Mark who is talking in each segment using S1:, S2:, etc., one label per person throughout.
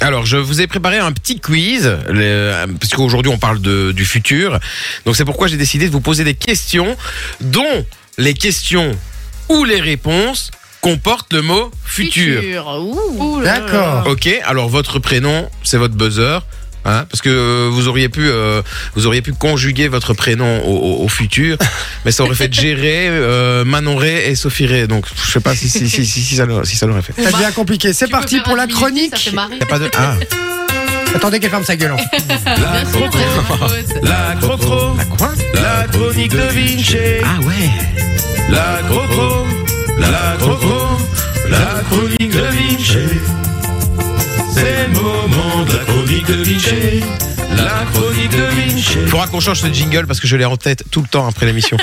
S1: Alors, je vous ai préparé un petit quiz, le- parce qu'aujourd'hui on parle de- du futur. Donc, c'est pourquoi j'ai décidé de vous poser des questions, dont les questions ou les réponses comportent le mot futur.
S2: Ouh.
S3: D'accord.
S1: Ok, alors votre prénom, c'est votre buzzer. Hein, parce que euh, vous auriez pu euh, vous auriez pu conjuguer votre prénom au, au- au futur, mais ça aurait fait gérer euh, Manon Ray et Sophie Ray. Donc je sais pas si si si si, si ça l'aurait si ça l'aurait fait.
S3: Ça devient compliqué. C'est parti pour la chronique.
S1: Y a pas de ah
S3: Attendez qu'elle ferme sa gueule. hein. enfin.
S2: La
S4: La crocro,
S1: la quoi
S4: la chronique de Vinci.
S1: ah ouais
S4: La crocro, la crocro, la chronique de Vinci. C'est le moment de la chronique de Vinci. La chronique de Vinci.
S1: faudra qu'on change ce jingle parce que je l'ai en tête tout le temps après l'émission.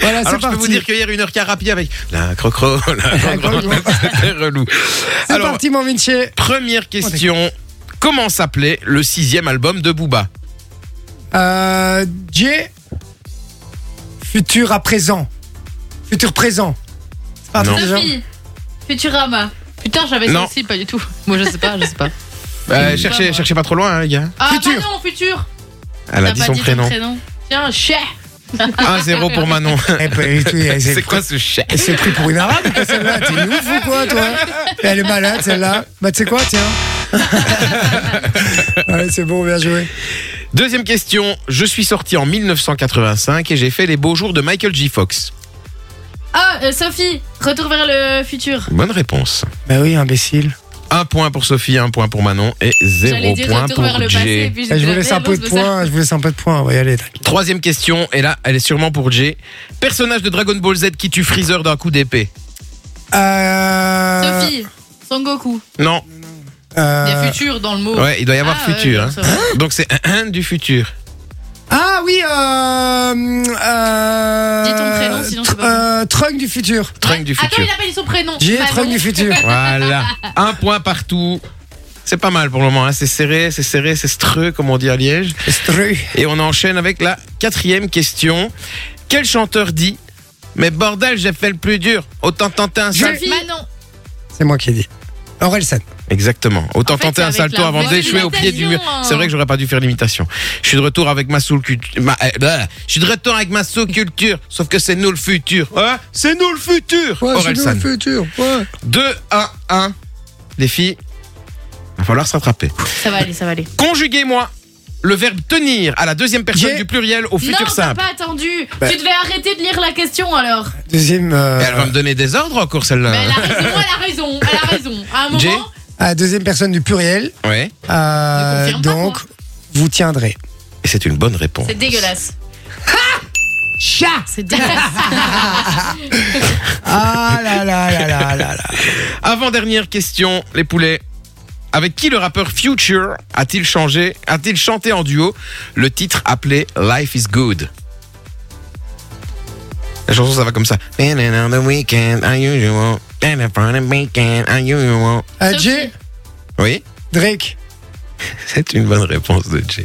S3: Voilà,
S1: Alors
S3: c'est
S1: je peux vous
S3: parti.
S1: dire que hier une heure quart rapide avec la crocro la crocro
S3: crocro.
S1: c'était relou.
S3: C'est
S1: Alors
S3: parti, mon Vinci.
S1: première question comment s'appelait le sixième album de Booba
S3: Euh, J. Futur à présent. Futur présent. C'est parti
S1: Non.
S3: déjà.
S2: Sophie, Futurama. Putain, j'avais
S1: Non.
S2: ça aussi, pas du tout. Moi, je sais pas, je sais pas.
S1: Bah, cherchez,
S2: moi.
S1: cherchez pas trop loin, hein, les gars.
S2: Ah,
S3: Futur.
S2: Manon, futur.
S1: Elle a
S2: T'as
S1: dit
S2: pas
S1: son
S2: dit ton
S1: prénom.
S2: Tiens, chais.
S1: 1-0 pour Manon.
S3: Eh ben, tu- elle
S1: C'est
S3: s'est pris-
S1: quoi ce chien
S3: elle s'est pris pour une arabe, quoi, celle-là. T'es ouf ou quoi, toi Eh, Elle est malade, celle-là. Bah, tu sais quoi, tiens. ouais, c'est bon, bien joué.
S1: Deuxième question. Je suis sorti en 1985 et j'ai fait les beaux jours de Michael J. Fox.
S2: Ah, euh, Sophie, retour vers le futur.
S1: Bonne réponse.
S3: Bah oui, imbécile.
S1: Un point pour Sophie, un point pour Manon et
S2: J'allais
S1: zéro
S2: dire
S1: point
S2: retour vers le
S1: pour
S2: passé. et
S1: Jay.
S2: puis
S3: Eh, je vous
S2: disais,
S3: laisse un
S2: merde,
S3: peu
S2: on
S3: de
S2: se fait ça.
S3: points, je vous laisse un peu de points, on va y aller. t'inquiète.
S1: Troisième question, et là, elle est sûrement pour Jay. Personnage de Dragon Ball Z qui tue Freezer d'un coup d'épée.
S3: Euh,
S2: Sophie, Son Goku.
S1: Non,
S2: Il y a
S3: euh,
S2: futur dans le mot.
S1: ouais, il doit y avoir
S2: Ah,
S1: futur.
S2: ouais,
S1: hein. Donc c'est un, un du futur.
S3: Ah oui, euh, euh,
S2: Dis ton prénom, sinon je sais pas.
S3: euh, Trunk du futur.
S1: Trunk du
S2: Ah, Attends,
S1: futur.
S2: il appelle son prénom.
S3: J'ai
S2: Manon.
S3: Trunk du futur.
S1: Voilà. Un point partout. C'est pas mal pour le moment. hein. C'est serré, c'est serré, c'est streux, comme on dit à Liège.
S3: Stru.
S1: Et on enchaîne avec la quatrième question. Quel chanteur dit Mais bordel, j'ai fait le plus dur. Autant tenter un salto.
S2: Sophie. Manon.
S3: C'est moi qui ai dit. Orelsan.
S1: Exactement. Autant
S2: En fait,
S1: tenter
S2: c'est
S1: un
S2: avec
S1: salto
S2: la
S1: avant
S2: voix
S1: d'échouer au pied du mur.
S2: d'imitation, hein.
S1: C'est vrai que j'aurais pas dû faire l'imitation. Je suis de retour avec ma soul culture. je suis de retour avec ma soul culture. Sauf que c'est nous le futur. Hein c'est nous le futur. Orelsan.
S3: futur.
S1: 2 1 1. Les filles, va falloir se rattraper.
S2: Ça va aller, ça va aller.
S1: Conjuguez-moi le verbe tenir à la deuxième personne
S3: J'ai-
S1: du pluriel au
S2: Non,
S1: futur
S2: t'as
S1: simple.
S2: pas attendu.
S3: Bah.
S2: Tu devais arrêter de lire la question alors.
S3: Deuxième, euh,
S1: Et Elle va me donner des ordres encore celle-là.
S2: Mais elle a raison, elle a raison, elle a raison. À un moment,
S1: Ah. Jay
S3: ah, deuxième personne du pluriel.
S1: Ouais.
S3: Euh,
S2: Ne confirme pas,
S3: donc,
S2: moi.
S3: vous tiendrez.
S1: Et c'est une bonne réponse.
S2: c'est dégueulasse.
S3: Chat
S2: C'est dégueulasse.
S3: Ah là là là là là là.
S1: Avant-dernière question, les poulets. Avec qui le rappeur Future a-t-il changé, a-t-il chanté en duo le titre appelé Life is Good La chanson, ça va comme ça. Been in on the weekend, unusual. Been in on the weekend, unusual.
S3: Euh,
S2: Sophie.
S3: Jay,
S1: Oui,
S3: Drake.
S1: c'est une bonne réponse de Jay.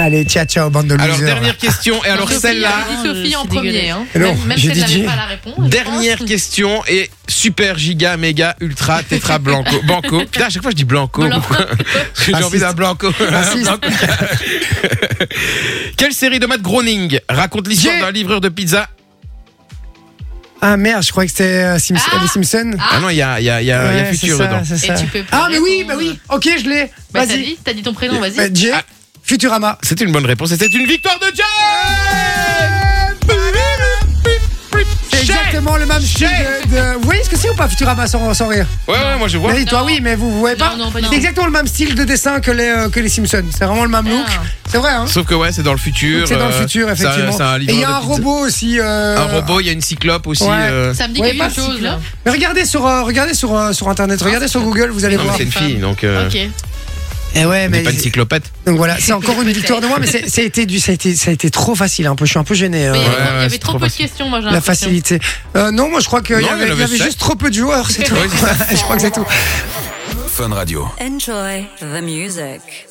S3: Allez, ciao, ciao, bande de losers.
S1: Alors, dernière question, et alors
S2: Sophie,
S1: celle-là.
S2: elle a dit Sophie en
S3: euh, C'est
S2: premier.
S3: dégueulasse.
S2: Hein.
S3: Non,
S2: même même
S3: j'ai
S2: si elle
S3: dit Jay.
S2: n'avait pas la réponse. je
S1: Dernière
S2: pense.
S1: question et super giga méga ultra tétra blanco banco. Putain, à chaque fois je dis blanco.
S2: Blanco.
S1: pourquoi Parce que J'ai envie d'un blanco.
S3: Raciste.
S1: Quelle série de Matt Groening raconte l'histoire
S3: J'ai-
S1: d'un livreur de pizza
S3: Ah merde, je croyais que c'était euh, Simps-
S2: Ah.
S3: les Simpsons.
S1: Ah, non, il y a, il y a- il y a- il y a
S3: Ouais,
S1: futur
S3: c'est ça,
S1: dedans.
S3: c'est ça.
S2: Et tu peux pas
S3: Ah mais oui, bah
S2: répondre.
S3: oui. Ok, je l'ai.
S2: Bah, t'as
S3: Vas-y.
S2: dit, t'as dit ton prénom, vas-y.
S3: Bah, Jay,
S1: Ah.
S3: Futurama.
S1: C'est une bonne réponse et c'est une victoire de Jay
S3: C'est
S1: Jay
S3: exactement le même style de, de- Vous voyez ce que c'est ou pas Futurama sans, sans rire
S1: Ouais, ouais, moi je vois.
S3: Vas-y, toi
S2: Non.
S3: oui, mais vous, vous voyez pas
S2: Non, non, pas du
S3: C'est
S2: tout.
S3: exactement le même style de dessin que les, euh, que les Simpsons. C'est vraiment le même look.
S2: Ah.
S3: C'est vrai, hein
S1: Sauf que ouais, c'est dans le futur.
S3: C'est dans le
S1: euh,
S3: futur,
S1: c'est un-
S3: effectivement.
S1: c'est un
S3: Et il y
S1: livreur
S3: a un
S1: de pizza.
S3: robot aussi. euh,
S1: Un robot, il y a une cyclope aussi.
S3: Ouais.
S1: euh.
S2: Ça me dit
S3: Ouais,
S2: quelque
S3: pas
S2: chose
S3: si
S2: là. Ah,
S3: Mais regardez sur, euh, regardez sur, euh, sur internet, regardez sur Google, vous allez
S1: Non, mais
S3: voir.
S1: c'est une fille, donc. euh,
S2: Ok.
S3: Eh ouais,
S1: on n'est pas une cyclopathe.
S3: donc voilà, c'est encore une victoire de moi, mais c'est- ça a été du, ça a été, ça a été trop facile. Un peu, je suis un peu gêné. euh,
S2: Mais il y avait, trop- il y
S1: ouais,
S2: avait
S1: c'est
S2: trop
S1: trop
S2: peu de
S1: facile.
S2: questions, moi j'ai
S3: la
S2: l'impression.
S3: facilité. Euh, non, moi je crois qu'il y
S1: Non, il y
S3: avait,
S1: en
S3: il y
S1: avait
S3: avait
S1: sept.
S3: juste trop peu de joueurs, c'est tout.
S1: Ouais, c'est
S3: je crois que c'est tout.
S4: Fun Radio.
S5: Enjoy the music.